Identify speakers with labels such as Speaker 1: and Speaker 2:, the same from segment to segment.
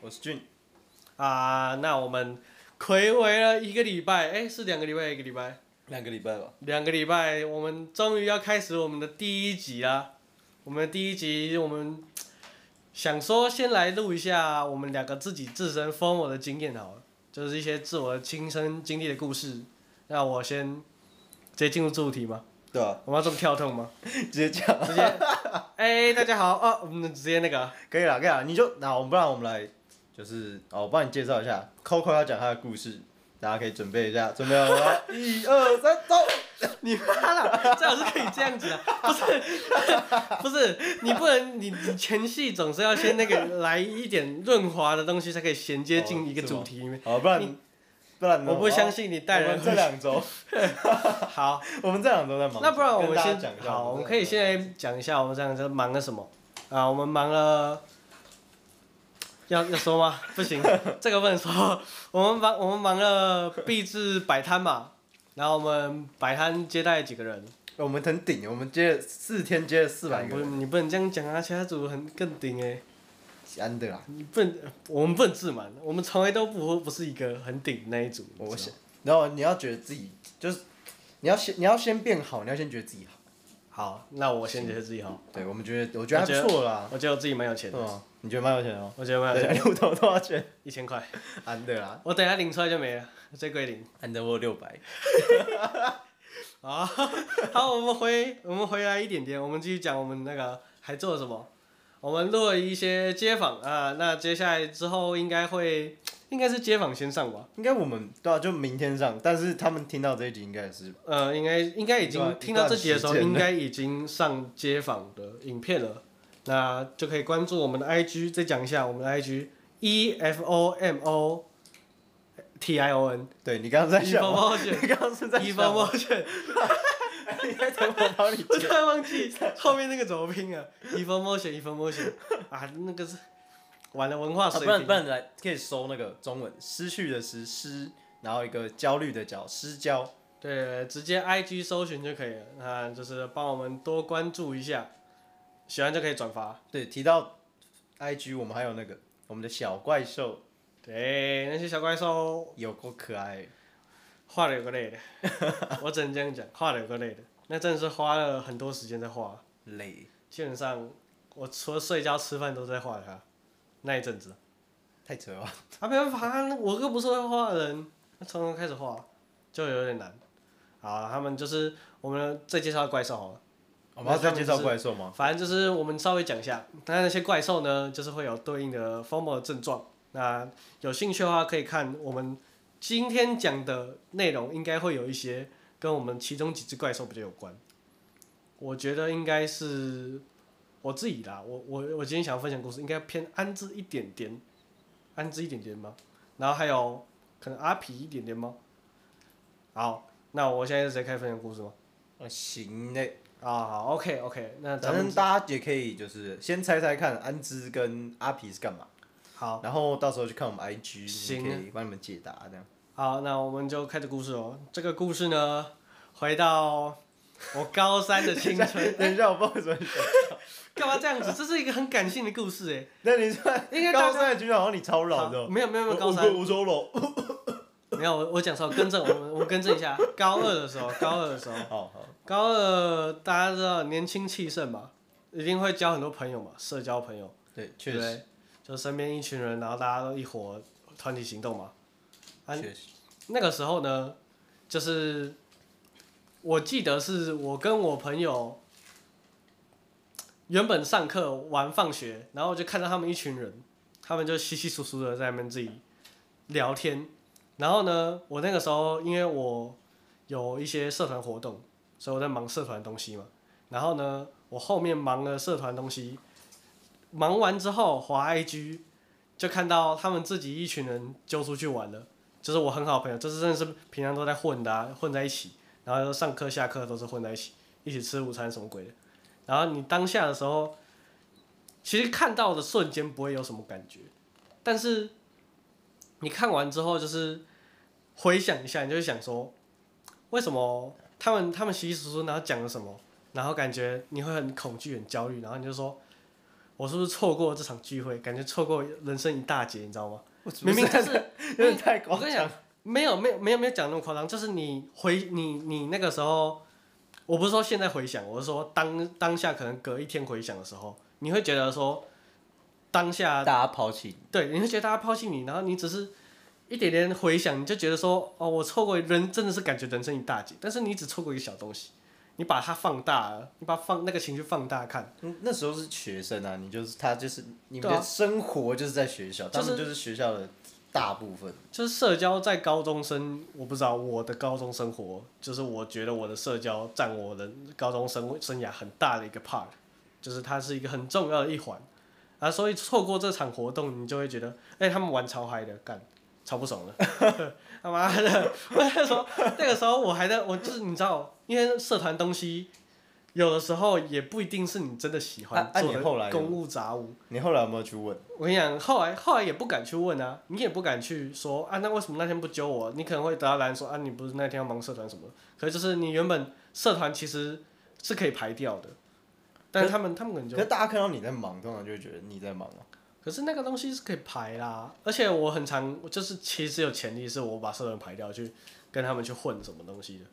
Speaker 1: 我是俊。啊，那我们暌违了一个礼拜，哎，是两个礼拜，一个礼拜，
Speaker 2: 两个礼拜吧。
Speaker 1: 两个礼拜，我们终于要开始我们的第一集啦。我们的第一集，我们想说先来录一下我们两个自己自身疯魔的经验好了，就是一些自我亲身经历的故事。那我先直接进入主题吗？
Speaker 2: 对啊，
Speaker 1: 我们要这么跳痛吗？
Speaker 2: 直接讲
Speaker 1: 直接，哎、大家好，哦，我们直接那个啊，
Speaker 2: 可以了，可以了。你就那我们不然我们来，就是哦，我帮你介绍一下，Coco 要讲他的故事，大家可以准备一下，准备好了 吗？一二三，走。
Speaker 1: 你妈啦，最好是可以这样子啊，不是， 不是，你不能，你你前戏总是要先那个来一点润滑的东西，才可以衔接
Speaker 2: 哦
Speaker 1: 进一个主题里面。
Speaker 2: 好，不然不然呢
Speaker 1: 我不相信你带
Speaker 2: 我
Speaker 1: 人
Speaker 2: 们这 两周，
Speaker 1: 好，
Speaker 2: 我们这两周在忙。
Speaker 1: 那不然我
Speaker 2: 跟
Speaker 1: 们
Speaker 2: 大家
Speaker 1: 先
Speaker 2: 讲一下
Speaker 1: 好，我们
Speaker 2: 这
Speaker 1: 可以
Speaker 2: 两周
Speaker 1: 现在讲一下我们这样子忙了什么啊？我们忙了。要要说吗？不行， 这个不能说。我们忙我们忙了币制摆摊嘛，然后我们摆摊接待几个人，
Speaker 2: 我们很顶，我们接了四天接了四百个
Speaker 1: 不，
Speaker 2: 人，
Speaker 1: 你不能这样讲啊，其他组很更顶哎、
Speaker 2: 安的啦。
Speaker 1: 你不能，我们不能自满，我们从来都不不是一个很顶的那一组。
Speaker 2: 我
Speaker 1: 想
Speaker 2: 想，然后你要觉得自己就是，你要先你要先变好，你要先觉得自己好。
Speaker 1: 好，那我先觉得自己好，
Speaker 2: 对，我们觉得我觉得还不错啦，
Speaker 1: 我觉得我自己蛮有钱
Speaker 2: 是
Speaker 1: 的，
Speaker 2: 吗？你觉得蛮有钱的吗？
Speaker 1: 我觉得蛮有
Speaker 2: 对，
Speaker 1: 钱
Speaker 2: 你户头多少钱？
Speaker 1: 的，一千块，
Speaker 2: 安的啦，
Speaker 1: 我等一下领出来就没了，最贵领。
Speaker 2: 安的我有六百。
Speaker 1: 啊， 好，我们回我们回来一点点，我们继续讲我们那个还做了什么。我们录了一些街访啊，那接下来之后应该会，应该是街访先上吧。
Speaker 2: 应该我们对啊，就明天上，但是他们听到这一集应该也是
Speaker 1: 呃，应该应该已
Speaker 2: 一
Speaker 1: 经
Speaker 2: 段
Speaker 1: 听到这集的时候，
Speaker 2: 一段时
Speaker 1: 应
Speaker 2: 间
Speaker 1: 该已经上街访的影片了，那就可以关注我们的 IG，再讲一下我们的 IG E F O M O T I O N
Speaker 2: 对你刚刚在
Speaker 1: E F
Speaker 2: 想吗，
Speaker 1: O
Speaker 2: 你刚刚是在
Speaker 1: E F
Speaker 2: 想吗，
Speaker 1: O
Speaker 2: 你在等我帮你
Speaker 1: 我突然忘 记后面那个怎么拼了，E F O motion E F O motion 啊，那个是完了文化水
Speaker 2: 啊不然不
Speaker 1: 平，
Speaker 2: 然来可以搜那个中文失去的失失，然后一个焦虑的焦失焦，
Speaker 1: 对，直接 IG 搜寻就可以了啊，就是帮我们多关注一下，喜欢就可以转发。
Speaker 2: 对，提到 IG 我们还有那个我们的小怪兽
Speaker 1: 对，那些小怪兽
Speaker 2: 有够可爱，
Speaker 1: 画的有个 累的，我只能这样讲，画的有个累的，那真的是花了很多时间在画，
Speaker 2: 累
Speaker 1: 基本上我除了睡觉吃饭都在画它，那一阵子，
Speaker 2: 太扯了吧，
Speaker 1: 啊没办法啊，那我又不是会画的人，那从头开始画就有点难，啊，他们就是我们再介绍怪兽好了。
Speaker 2: 我们要再介绍怪兽吗？
Speaker 1: 反正就是我们稍微讲一下，那那些怪兽呢，就是会有对应的 formal 的症状。那有兴趣的话，可以看我们今天讲的内容，应该会有一些跟我们其中几只怪兽比较有关。我觉得应该是我自己啦，我我我今天想要分享故事，应该偏安置一点点，安置一点点吗？然后还有可能阿皮一点点吗？好，那我现在就直接开始分享故事吗？
Speaker 2: 呃，行嘞，
Speaker 1: 啊，好，OK OK，那哦咱
Speaker 2: 反
Speaker 1: 们
Speaker 2: 正大家也可以就是先猜猜看安之跟阿皮是干嘛，
Speaker 1: 好。
Speaker 2: 然后到时候去看我们 IG，
Speaker 1: 行啊
Speaker 2: 你可以帮你们解答这样。
Speaker 1: 好，那我们就开始故事哦。这个故事呢，回到我高三的青 春。
Speaker 2: 等一下，我不知道为什么。
Speaker 1: 干嘛这样子？这是一个很感性的故事哎。
Speaker 2: 那你说
Speaker 1: 应该大家
Speaker 2: 高三的军长好像你超老的
Speaker 1: 好
Speaker 2: 哦，
Speaker 1: 没有没有没有
Speaker 2: 我
Speaker 1: 高三，
Speaker 2: 我我超老。
Speaker 1: 没有我我讲错，更正 我我更正一下，高二的时候，高二的时候，
Speaker 2: 哦好好，
Speaker 1: 高二大家知道年轻气盛嘛，一定会交很多朋友嘛，社交朋友。
Speaker 2: 对，确
Speaker 1: 对
Speaker 2: 实
Speaker 1: 不对，就身边一群人，然后大家都一伙团体行动嘛。啊，
Speaker 2: 确实，
Speaker 1: 那个时候呢，就是我记得是我跟我朋友原本上课玩放学，然后我就看到他们一群人，他们就稀稀疏疏的在那边自己聊天。然后呢，我那个时候因为我有一些社团活动，所以我在忙社团的东西嘛。然后呢，我后面忙了社团东西，忙完之后滑 IG，就看到他们自己一群人揪出去玩了。就是我很好的朋友，就是真的是平常都在混的、啊，混在一起，然后上课下课都是混在一起，一起吃午餐什么鬼的。然后你当下的时候，其实看到的瞬间不会有什么感觉，但是你看完之后，就是回想一下，你就会想说，为什么他们他们稀稀疏疏，然后讲了什么，然后感觉你会很恐惧、很焦虑，然后你就说，我是不是错过这场聚会？感觉错过人生一大截，你知道吗？
Speaker 2: 明
Speaker 1: 啊明
Speaker 2: 明
Speaker 1: 明
Speaker 2: 看
Speaker 1: 看
Speaker 2: 着
Speaker 1: 着
Speaker 2: 有点太
Speaker 1: 我
Speaker 2: 夸
Speaker 1: 跟你
Speaker 2: 张
Speaker 1: 讲，，没有没有没有没有讲那么夸张，就是你回你你那个时候，我不是说现在回想，我是说当当下可能隔一天回想的时候，你会觉得说当下
Speaker 2: 大家抛弃
Speaker 1: 对，你会觉得大家抛弃你，然后你只是一点点回想，你就觉得说，哦，我错过人真的是感觉人生一大截，但是你只错过一个小东西，你把它放大了，你把它放那个情绪放大看，
Speaker 2: 嗯那时候是学生啊，你就是他就是你们
Speaker 1: 对啊
Speaker 2: 的生活就是在学校，
Speaker 1: 就
Speaker 2: 他
Speaker 1: 是
Speaker 2: 们就是学校的大部分。
Speaker 1: 就是社交在高中生，我不知道我的高中生活，就是我觉得我的社交占我的高中生生涯很大的一个 part，就是它是一个很重要的一环，啊，所以错过这场活动，你就会觉得，哎、他们玩超嗨的，干。超不爽的， 他妈的！我那时候，那个时候我还在，我就是你知道，因为社团东西，有的时候也不一定是你真的喜欢
Speaker 2: 啊啊
Speaker 1: 做
Speaker 2: 你后来
Speaker 1: 的
Speaker 2: 有
Speaker 1: 公务杂务，
Speaker 2: 你后来有没有去问？
Speaker 1: 我跟你讲，后来后来也不敢去问啊，你也不敢去说啊，那为什么那天不揪我？你可能会得到答案说啊，你不是那天要忙社团什么？可是就是你原本社团其实是可以排掉的，但是他们他们可能就
Speaker 2: 可，是大家看到你在忙，通常就会觉得你在忙啊。
Speaker 1: 可是那个东西是可以排啦，而且我很常就是其实有前提是我把社团排掉去跟他们去混什么东西的，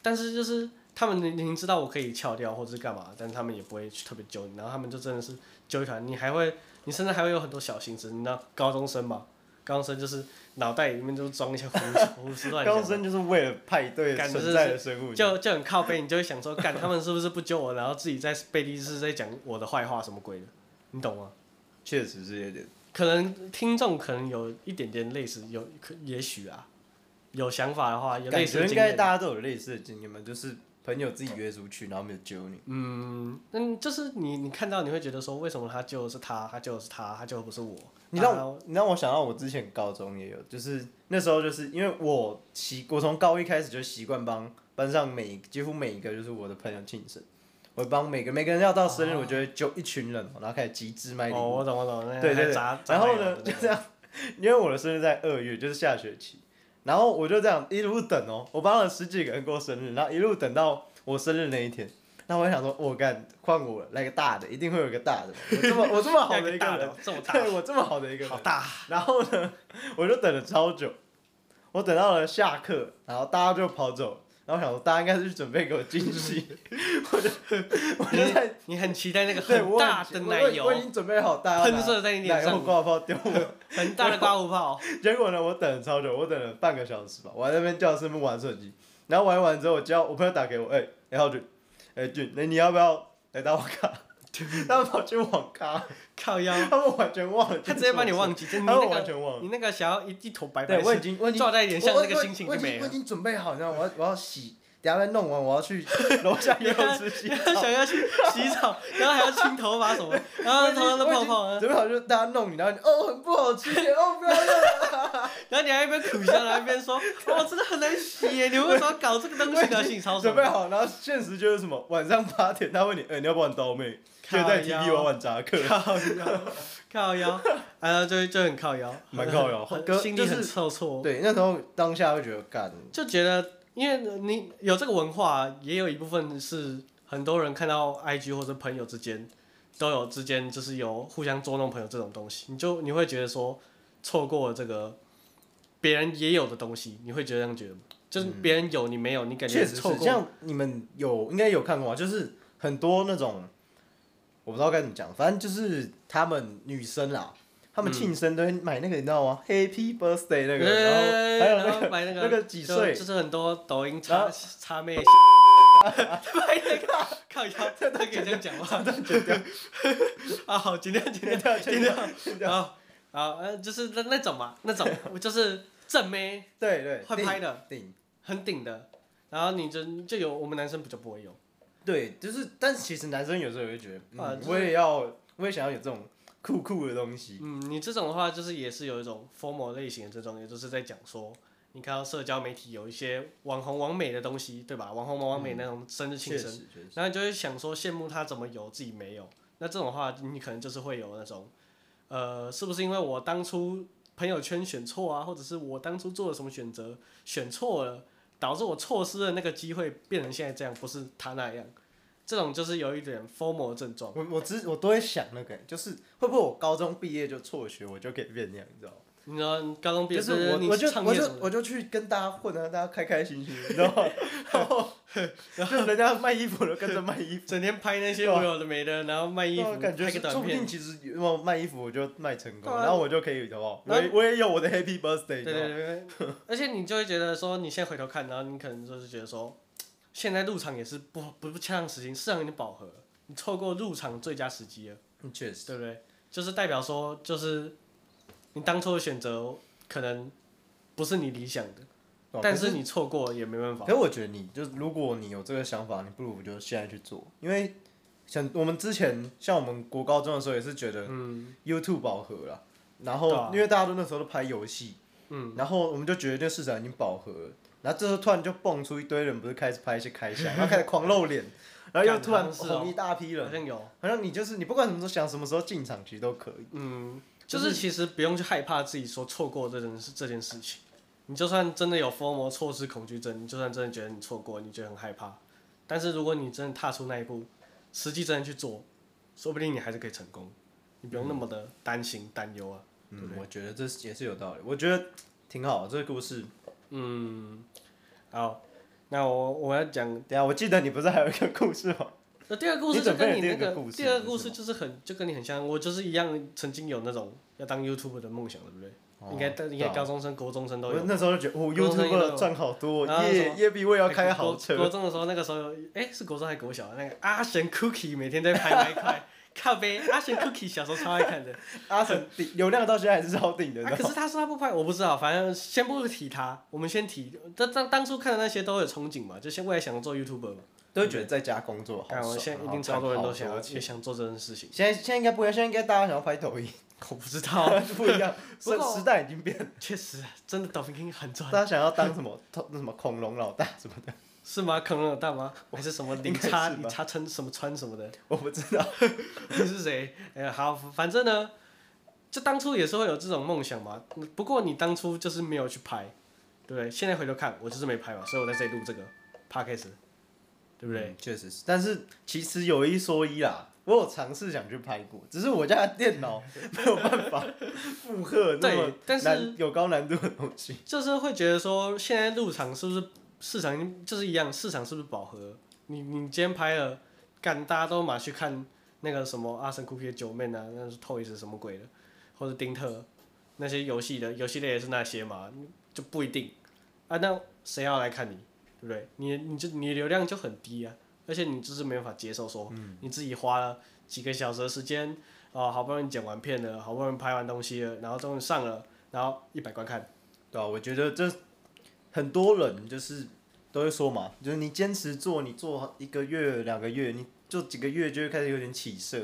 Speaker 1: 但是就是他们明明知道我可以翘掉或者是干嘛，但是他们也不会去特别揪你，然后他们就真的是揪一团，你还会你甚至还会有很多小心思，你知道高中生嘛，高中生就是脑袋里面就装一些胡胡思乱想
Speaker 2: 高
Speaker 1: 的，
Speaker 2: 生就是为了派对
Speaker 1: 感觉
Speaker 2: 存在的生物，
Speaker 1: 就就很靠背，你就会想说，干他们是不是不揪我，然后自己在背地是在讲我的坏话什么鬼的，你懂吗？
Speaker 2: 确实是有点。
Speaker 1: 可能听众可能有一点点类似，有可也许啊，有想法的话，啊有类
Speaker 2: 感
Speaker 1: 似
Speaker 2: 觉
Speaker 1: 的
Speaker 2: 应
Speaker 1: 经
Speaker 2: 该
Speaker 1: 验。
Speaker 2: 大家都有类似的经验吧，就是朋友自己约出去，然后没有揪你。
Speaker 1: 嗯，嗯，就是你你看到你会觉得说，为什么他救的是他，他救的是他，他救的不是我？啊
Speaker 2: 你让
Speaker 1: 然后
Speaker 2: 我，你让我想到我之前高中也有，就是那时候就是因为我习，我从高一开始就习惯帮班上每几乎每一个就是我的朋友庆生，我帮每个每个人要到生日，我就会揪一群人，然后开始集资买礼
Speaker 1: 哦，
Speaker 2: 物。
Speaker 1: 我懂我懂，那个
Speaker 2: 对对
Speaker 1: 还
Speaker 2: 对
Speaker 1: 砸，砸
Speaker 2: 然后
Speaker 1: 奶油
Speaker 2: 呢
Speaker 1: 的那
Speaker 2: 就
Speaker 1: 个
Speaker 2: 这样，因为我的生日在二月，就是下学期，然后我就这样一路等哦，我帮了十几个人过生日，然后一路等到我生日那一天。那我还想说，我干换我来个大的，一定会有个大的嘛。我这么我这么好 的一个
Speaker 1: 大
Speaker 2: 人
Speaker 1: 的，这么大，
Speaker 2: 对我这么 好的一个人
Speaker 1: 好，大，
Speaker 2: 然后呢，我就等了超久，我等到了下课，然后大家就跑走了，然后我想说大家应该是去准备给我惊喜， 我就我就在
Speaker 1: 你很期待那个
Speaker 2: 对
Speaker 1: 很
Speaker 2: 我
Speaker 1: 大
Speaker 2: 很
Speaker 1: 的
Speaker 2: 我
Speaker 1: 奶
Speaker 2: 我我已
Speaker 1: 油，
Speaker 2: 经准备好大家
Speaker 1: 喷射在你脸
Speaker 2: 拿奶油
Speaker 1: 上，
Speaker 2: 挂包丢我，
Speaker 1: 很大的刮胡泡，
Speaker 2: 结果 呢，我等了超久，我等了半个小时吧，我还在那边教室那边玩手机，然后玩一玩之后，我叫我朋友打给我，哎、哎浩俊，哎、俊，那你要不要来打网 咖？他们跑去网咖，
Speaker 1: 靠腰，
Speaker 2: 他们完全忘了，
Speaker 1: 他直接把你，忘记，就
Speaker 2: 他
Speaker 1: 你
Speaker 2: 们
Speaker 1: 那
Speaker 2: 完
Speaker 1: 个
Speaker 2: 全忘了。
Speaker 1: 你那个想要一一头白白
Speaker 2: 对，
Speaker 1: 的
Speaker 2: 我已
Speaker 1: 事
Speaker 2: 经我已经
Speaker 1: 照在脸上，
Speaker 2: 我
Speaker 1: 那个
Speaker 2: 我
Speaker 1: 心情
Speaker 2: 我已
Speaker 1: 就
Speaker 2: 经
Speaker 1: 没
Speaker 2: 我
Speaker 1: 了
Speaker 2: 已。经准备好，你知道吗，我要我要洗，等一下再弄完，我要去楼下游泳池 洗
Speaker 1: 你。还想要去洗澡，然后还要清头发什 么，然后头上的泡泡，
Speaker 2: 准备好就大家弄你，然后你哦很不好吃耶，哦不要弄。
Speaker 1: 然后你还一边苦笑，然后一边 说：“哇，真的很难洗耶，你为什么要搞这个东西呢？”性超
Speaker 2: 准备
Speaker 1: 爽，
Speaker 2: 好，然后现实就是什么？晚上八点，他问你，哎、你要不要玩刀妹？
Speaker 1: 靠
Speaker 2: 就在 T
Speaker 1: 腰
Speaker 2: v 玩玩扎克，
Speaker 1: 靠腰，靠腰，然后就就很靠腰，
Speaker 2: 蛮靠腰
Speaker 1: 很
Speaker 2: 哥
Speaker 1: 心里
Speaker 2: 就
Speaker 1: 很
Speaker 2: 是
Speaker 1: 受挫，
Speaker 2: 对，那时候当下会觉得干，
Speaker 1: 就觉得因为你有这个文化，也有一部分是很多人看到 IG 或者朋友之间都有之间就是有互相捉弄朋友这种东西，你就你会觉得说错过了这个别人也有的东西，你会觉得这样觉得吗？就是别人有你没有，你感觉
Speaker 2: 嗯确实
Speaker 1: 错
Speaker 2: 是。
Speaker 1: 过。
Speaker 2: 像你们有应该有看过吧？就是很多那种，我不知道该怎么讲，反正就是他们女生啦，他
Speaker 1: 嗯
Speaker 2: 们庆生都会买那个，你知道吗？Happy Birthday 那个，
Speaker 1: 哎
Speaker 2: 然后还有那
Speaker 1: 然
Speaker 2: 个
Speaker 1: 后买那
Speaker 2: 那个几
Speaker 1: 就
Speaker 2: 岁
Speaker 1: 就是很多抖音
Speaker 2: 然
Speaker 1: 插
Speaker 2: 后
Speaker 1: 插 妹，买那个靠腰，这可以这样讲话， 啊好，今天今天
Speaker 2: 剪掉剪
Speaker 1: 今
Speaker 2: 掉
Speaker 1: 天。啊啊，呃，就是那那种嘛，那种我就是正妹，
Speaker 2: 对 对，
Speaker 1: 会拍的
Speaker 2: 顶顶
Speaker 1: 很顶的，然后你就就有我们男生比较不会有，
Speaker 2: 对，就是，但是其实男生有时候也会觉得，
Speaker 1: 啊
Speaker 2: 嗯
Speaker 1: 就，是
Speaker 2: 我也要，我也想要有这种酷酷的东西。
Speaker 1: 嗯，你这种的话就是也是有一种 formal 类型的这种，也就是在讲说，你看到社交媒体有一些网红网美的东西，对吧？网红网
Speaker 2: 嗯
Speaker 1: 美那种生日庆
Speaker 2: 确
Speaker 1: 生，
Speaker 2: 实，确实
Speaker 1: 然后你就会想说羡慕他怎么有自己没有，那这种的话你可能就是会有那种，呃，是不是因为我当初朋友圈选错啊，或者是我当初做了什么选择选错了，导致我错失了那个机会，变成现在这样，不是他那样，这种就是有一点 formal 的症状。
Speaker 2: 我我只我都会想那个，就是会不会我高中毕业就辍学，我就可以变那样，你知道吗？
Speaker 1: 你知道，你高中毕业
Speaker 2: 就是我
Speaker 1: 你
Speaker 2: 我就
Speaker 1: 唱
Speaker 2: 我
Speaker 1: 业
Speaker 2: 就
Speaker 1: 什么的
Speaker 2: 我就去跟大家混啊，大家开开心心，你知 道吗？然后就人家卖衣服的跟着卖衣服，
Speaker 1: 整天拍那些
Speaker 2: 对啊
Speaker 1: 我有的没的，然后卖衣
Speaker 2: 对啊
Speaker 1: 服，
Speaker 2: 感觉
Speaker 1: 拍个
Speaker 2: 是说
Speaker 1: 短
Speaker 2: 不
Speaker 1: 片
Speaker 2: 定，其实如果卖衣服我就卖成
Speaker 1: 对
Speaker 2: 功，
Speaker 1: 啊
Speaker 2: 然后我就可以，好不好？我
Speaker 1: 然后
Speaker 2: 也我也有我的 Happy
Speaker 1: 对
Speaker 2: Birthday，你知道吗
Speaker 1: 对对，对 而且你就会觉得说，你现在回头看，然后你可能就是觉得说，现在入场也是不不不恰当时机，市场已经饱和了，你错过入场最佳时机了，
Speaker 2: 嗯确实，
Speaker 1: 对不对？就是代表说，就是你当初的选择可能不是你理想的，
Speaker 2: 哦
Speaker 1: 但
Speaker 2: 可
Speaker 1: 是你错过也没办法
Speaker 2: 可。是我觉得你就是，如果你有这个想法，你不如就现在去做，因为像我们之前像我们国高中的时候也是觉得
Speaker 1: 嗯
Speaker 2: YouTube 饱和了，然
Speaker 1: 对
Speaker 2: 后、
Speaker 1: 啊
Speaker 2: 因为大家都那时候都拍游戏，
Speaker 1: 嗯，
Speaker 2: 然后我们就觉得这市场已经饱和了，然后这时候突然就蹦出一堆人，不是开始拍一些开箱，然后开始狂 露脸，然后又
Speaker 1: 干
Speaker 2: 突然
Speaker 1: 好像是哦
Speaker 2: 红一大批
Speaker 1: 好
Speaker 2: 人，
Speaker 1: 像有，
Speaker 2: 好像你就是你不管什么时候想什么时候进场，其实都可以。
Speaker 1: 嗯，就是其实不用去害怕自己说错过这件事这件事情。你就算真的有 FOMO 错失恐惧症，你就算真的觉得你错过，你觉得很害怕，但是如果你真的踏出那一步，实际真的去做，说不定你还是可以成功。你不用那么的担心担忧啊。对
Speaker 2: 嗯，我觉得这是也是有道理，我觉得挺好，这个故事。
Speaker 1: 嗯，好，那我我要讲
Speaker 2: 等一下，我记得你不是还有一个故事吗？
Speaker 1: 那第二个故事就
Speaker 2: 你准备
Speaker 1: 跟
Speaker 2: 了
Speaker 1: 你那
Speaker 2: 第二
Speaker 1: 个
Speaker 2: 个故事
Speaker 1: 第二个
Speaker 2: 是
Speaker 1: 故事就是很就跟你很像，我就是一样，曾经有那种要当 YouTube 的梦想，对不对？应该
Speaker 2: 哦
Speaker 1: 应该
Speaker 2: 对啊
Speaker 1: 高中生、国中生都有
Speaker 2: 我。那时候就觉得，哦
Speaker 1: 高中生也都有
Speaker 2: ，YouTube 赚好多，
Speaker 1: 然后那时
Speaker 2: 耶
Speaker 1: 候
Speaker 2: 耶比我也要
Speaker 1: 哎
Speaker 2: 开
Speaker 1: 国
Speaker 2: 豪
Speaker 1: 国
Speaker 2: 车。
Speaker 1: 中的时候，那个时候有，哎、是国中还是国小啊？那个阿神 Cookie 每天在拍那一块 靠背，阿神 Cookie 小时候超爱看 的。
Speaker 2: 阿成流量到现在还是超顶的，哦
Speaker 1: 啊，可是他说他不拍，我不知道，反正先不提他，我们先提。当当当初看的那些都有憧憬嘛，就先未来想做 YouTuber 嘛。
Speaker 2: 都会觉得在家工作好
Speaker 1: 看我
Speaker 2: 爽。
Speaker 1: 现在一
Speaker 2: 然后
Speaker 1: 定超多人都
Speaker 2: 赚
Speaker 1: 想
Speaker 2: 好
Speaker 1: 要
Speaker 2: 钱
Speaker 1: 也想做这件事情。
Speaker 2: 现在现在应该不会，现在应该大家想要拍抖音，
Speaker 1: 我不知道，
Speaker 2: 不一样，
Speaker 1: 不
Speaker 2: 时
Speaker 1: 过
Speaker 2: 时代已经变 了，
Speaker 1: 确实啊真的 Dolphin King 很赚，
Speaker 2: 大家想要当什么头那什么恐龙老大什么的，
Speaker 1: 是吗？恐龙有大吗？还是什么零
Speaker 2: 应该
Speaker 1: 差
Speaker 2: 是吧
Speaker 1: 零差称什么穿什么的？
Speaker 2: 我不知道。
Speaker 1: 你是谁？哎、好，反正呢，就当初也是会有这种梦想嘛。不过你当初就是没有去拍，对不对？现在回头看，我就是没拍嘛，所以我在这里录这个 podcast，对不对？
Speaker 2: 嗯？确实是，但是其实有一说一啦，我有尝试想去拍过，只是我家的电脑没有办法 负荷那么
Speaker 1: 对但是
Speaker 2: 难有高难度的东西。
Speaker 1: 就是会觉得说，现在入场是不是市场已经就是一样，市场是不是饱和？你你今天拍了，干大家都马去看那个什么阿神 Cookie 的九妹啊，那是 Toys 什么鬼的，或者丁特那些游戏的游戏类也是那些嘛，就不一定啊。那谁要来看你，对不对？你你就你流量就很低啊，而且你就是没办法接受说，你自己花了几个小时的时间，哦，好不容易剪完片了，好不容易拍完东西了，然后终于上了，然后一百观看。
Speaker 2: 对啊，我觉得这很多人就是都会说嘛，就是你坚持做，你做一个月、两个月，你就几个月就会开始有点起色。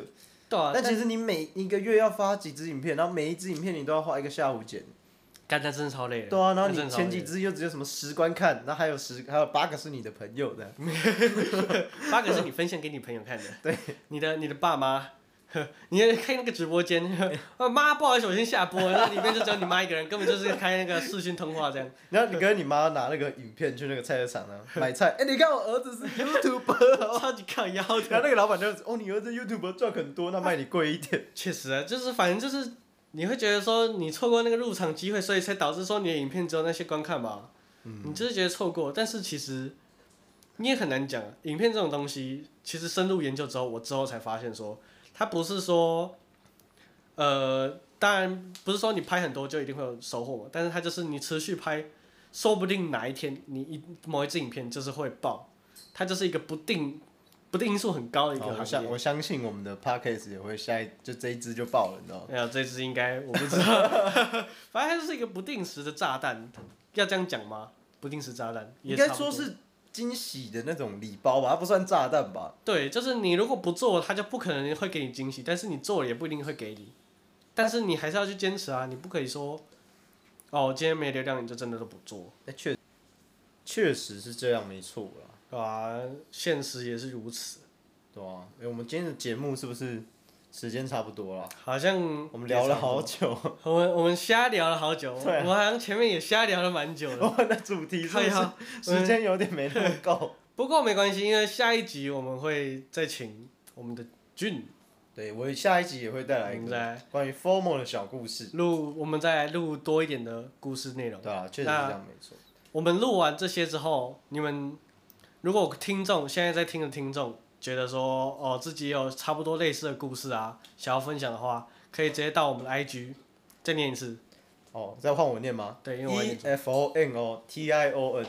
Speaker 1: 对啊，
Speaker 2: 但其实你每一个月要发几支影片，然后每一支影片你都要花一个下午剪。
Speaker 1: 干他真的超累的。
Speaker 2: 对啊，然后
Speaker 1: 那真的
Speaker 2: 你
Speaker 1: 超
Speaker 2: 前
Speaker 1: 累
Speaker 2: 几
Speaker 1: 的
Speaker 2: 支又只有什么十观看，然后还有十还有八个是你的朋友的，
Speaker 1: 八个是你分享给你朋友看的， 对，你的你的爸妈， 呵你也开那个直播间， 呵呃妈不好意思，我先下播，那里面就只有你妈一个人，根本就是开那个视讯通话这 样。
Speaker 2: 然后你跟你妈拿那个影片去那个菜市场 呢买菜，哎、你看我儿子是 YouTuber，哦
Speaker 1: 超级靠腰
Speaker 2: 然
Speaker 1: 的。
Speaker 2: 后那个老板就哦，你儿子 YouTuber 赚很多，那卖你贵一点。
Speaker 1: 确实啊，就是反正就是你会觉得说你错过那个入场机会，所以才导致说你的影片只有那些观看嘛。你就是觉得错过，但是其实你也很难讲，影片这种东西，其实深入研究之后，我之后才发现说，它不是说，呃，当然不是说你拍很多就一定会有收获嘛，但是它就是你持续拍，说不定哪一天你一某一支影片就是会爆，它就是一个不定不定因素很高的一个
Speaker 2: 哦好我
Speaker 1: 行
Speaker 2: 相
Speaker 1: 业。
Speaker 2: 我相信我们的 podcast 也会下一就这一支就爆了，你知道吗？
Speaker 1: 没有，哎这只应该我不知道， 反正它就是一个不定时的炸弹，要这样讲吗？不定时炸弹，也
Speaker 2: 应该
Speaker 1: 差不
Speaker 2: 说
Speaker 1: 多
Speaker 2: 是惊喜的那种礼包吧，它不算炸弹吧？
Speaker 1: 对，就是你如果不做，他就不可能会给你惊喜，但是你做了也不一定会给你，但是你还是要去坚持啊，你不可以说，哦，今天没流量你就真的都不做，
Speaker 2: 哎、确确实是这样，没错啦，
Speaker 1: 啊，现实也是如此，
Speaker 2: 对啊，哎、我们今天的节目是不是时间差不多了？
Speaker 1: 啊好像
Speaker 2: 我们聊了好
Speaker 1: 也
Speaker 2: 久，
Speaker 1: 差不多，我们我们瞎聊了好久，
Speaker 2: 对啊
Speaker 1: 我们好像前面也瞎聊了蛮久的，
Speaker 2: 我们的主题是不
Speaker 1: 靠腰
Speaker 2: 是时间有点没那么够？
Speaker 1: 不过没关系，因为下一集我们会再请我们的俊
Speaker 2: 对我下一集也会带来一
Speaker 1: 应
Speaker 2: 个
Speaker 1: 该
Speaker 2: 关于 formal 的小故事，
Speaker 1: 嗯录，我们再来录多一点的故事内容。
Speaker 2: 对啊，确实是这样没错。
Speaker 1: 我们录完这些之后，你们如果听众现在在听的听众觉得说哦自己有差不多类似的故事啊，想要分享的话，可以直接到我们的 IG，再念一次。
Speaker 2: 哦，再换我念吗？
Speaker 1: 对，因为我会
Speaker 2: E
Speaker 1: 念
Speaker 2: F O N O T I O N，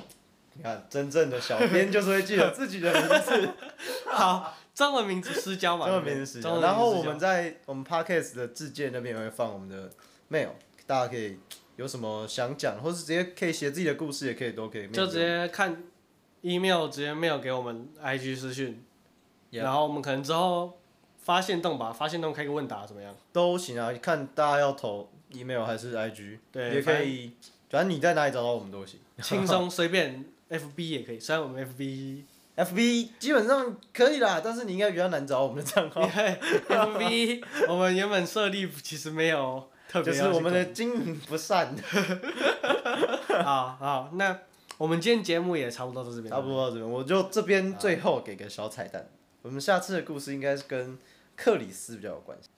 Speaker 2: 你看真正的小编就是会记 得自己的名字，
Speaker 1: 好，中文名字私交嘛，
Speaker 2: 中文名字是这
Speaker 1: 中文
Speaker 2: 样。
Speaker 1: 名字
Speaker 2: 然后我
Speaker 1: 私交
Speaker 2: 们在我们 podcast 的自荐那边也会放我们的 mail，大家可以有什么想讲，或是直接可以写自己的故事，也可以都可以 mail 给我
Speaker 1: 就
Speaker 2: 们。
Speaker 1: 直接看 email，直接 mail 给我们 IG 私讯
Speaker 2: Yeah
Speaker 1: 然后我们可能之后发现洞吧，发现洞开个问答怎么样？
Speaker 2: 都行啊，看大家要投 email 还是 IG，
Speaker 1: 对
Speaker 2: 也可以，反正你在哪里找到我们都 行。
Speaker 1: 轻松随便，FB 也可以，虽然我们 FB
Speaker 2: FB 基本上可以啦，但是你应该比较难找我们的账号，
Speaker 1: FB 我们原本设立其实没有特
Speaker 2: 就
Speaker 1: 别要
Speaker 2: 是
Speaker 1: 去
Speaker 2: 我们的
Speaker 1: 管
Speaker 2: 经营不善，
Speaker 1: 好啊好，那我们今天节目也差不多到这边了，
Speaker 2: 差不多到这边，我就这边最后给个小彩蛋，我们下次的故事应该是跟克里斯比较有关系，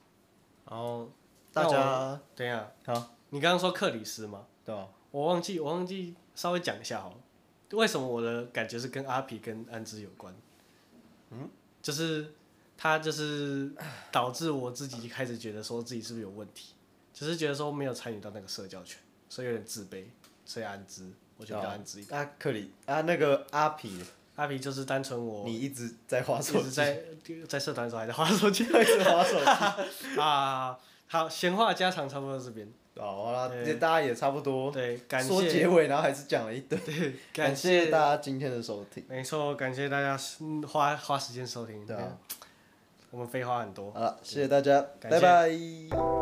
Speaker 1: 然后
Speaker 2: 大
Speaker 1: 那
Speaker 2: 家
Speaker 1: 我等一下，
Speaker 2: 好，
Speaker 1: 啊你刚刚说克里斯吗？
Speaker 2: 对啊吧？
Speaker 1: 我忘记我忘记稍微讲一下好了，为什么我的感觉是跟阿皮跟安之有关？嗯，就是他就是导致我自己开始觉得说自己是不是有问题，只是觉得说没有参与到那个社交圈，所以有点自卑，所以安之，我觉得比较安之一点。
Speaker 2: 啊，克里啊，那个阿皮，
Speaker 1: 阿皮就是单纯我
Speaker 2: 你一直在划
Speaker 1: 一
Speaker 2: 手
Speaker 1: 直
Speaker 2: 机，
Speaker 1: 在在社团的时候还在划手机
Speaker 2: 一直划手 机，
Speaker 1: 啊。好，闲话家常差不多到这边，
Speaker 2: 啊好好啦，
Speaker 1: 对
Speaker 2: 这大家也差不多，
Speaker 1: 对，感
Speaker 2: 说
Speaker 1: 谢
Speaker 2: 结尾，然后还是讲了一堆，
Speaker 1: 对
Speaker 2: 感
Speaker 1: 谢
Speaker 2: 谢大家今天的收听。
Speaker 1: 没错，感谢大家嗯花花时间收听。哎
Speaker 2: 对啊，
Speaker 1: 我们废话很多。
Speaker 2: 好了，谢谢大家，
Speaker 1: 感
Speaker 2: 拜
Speaker 1: 谢
Speaker 2: 拜。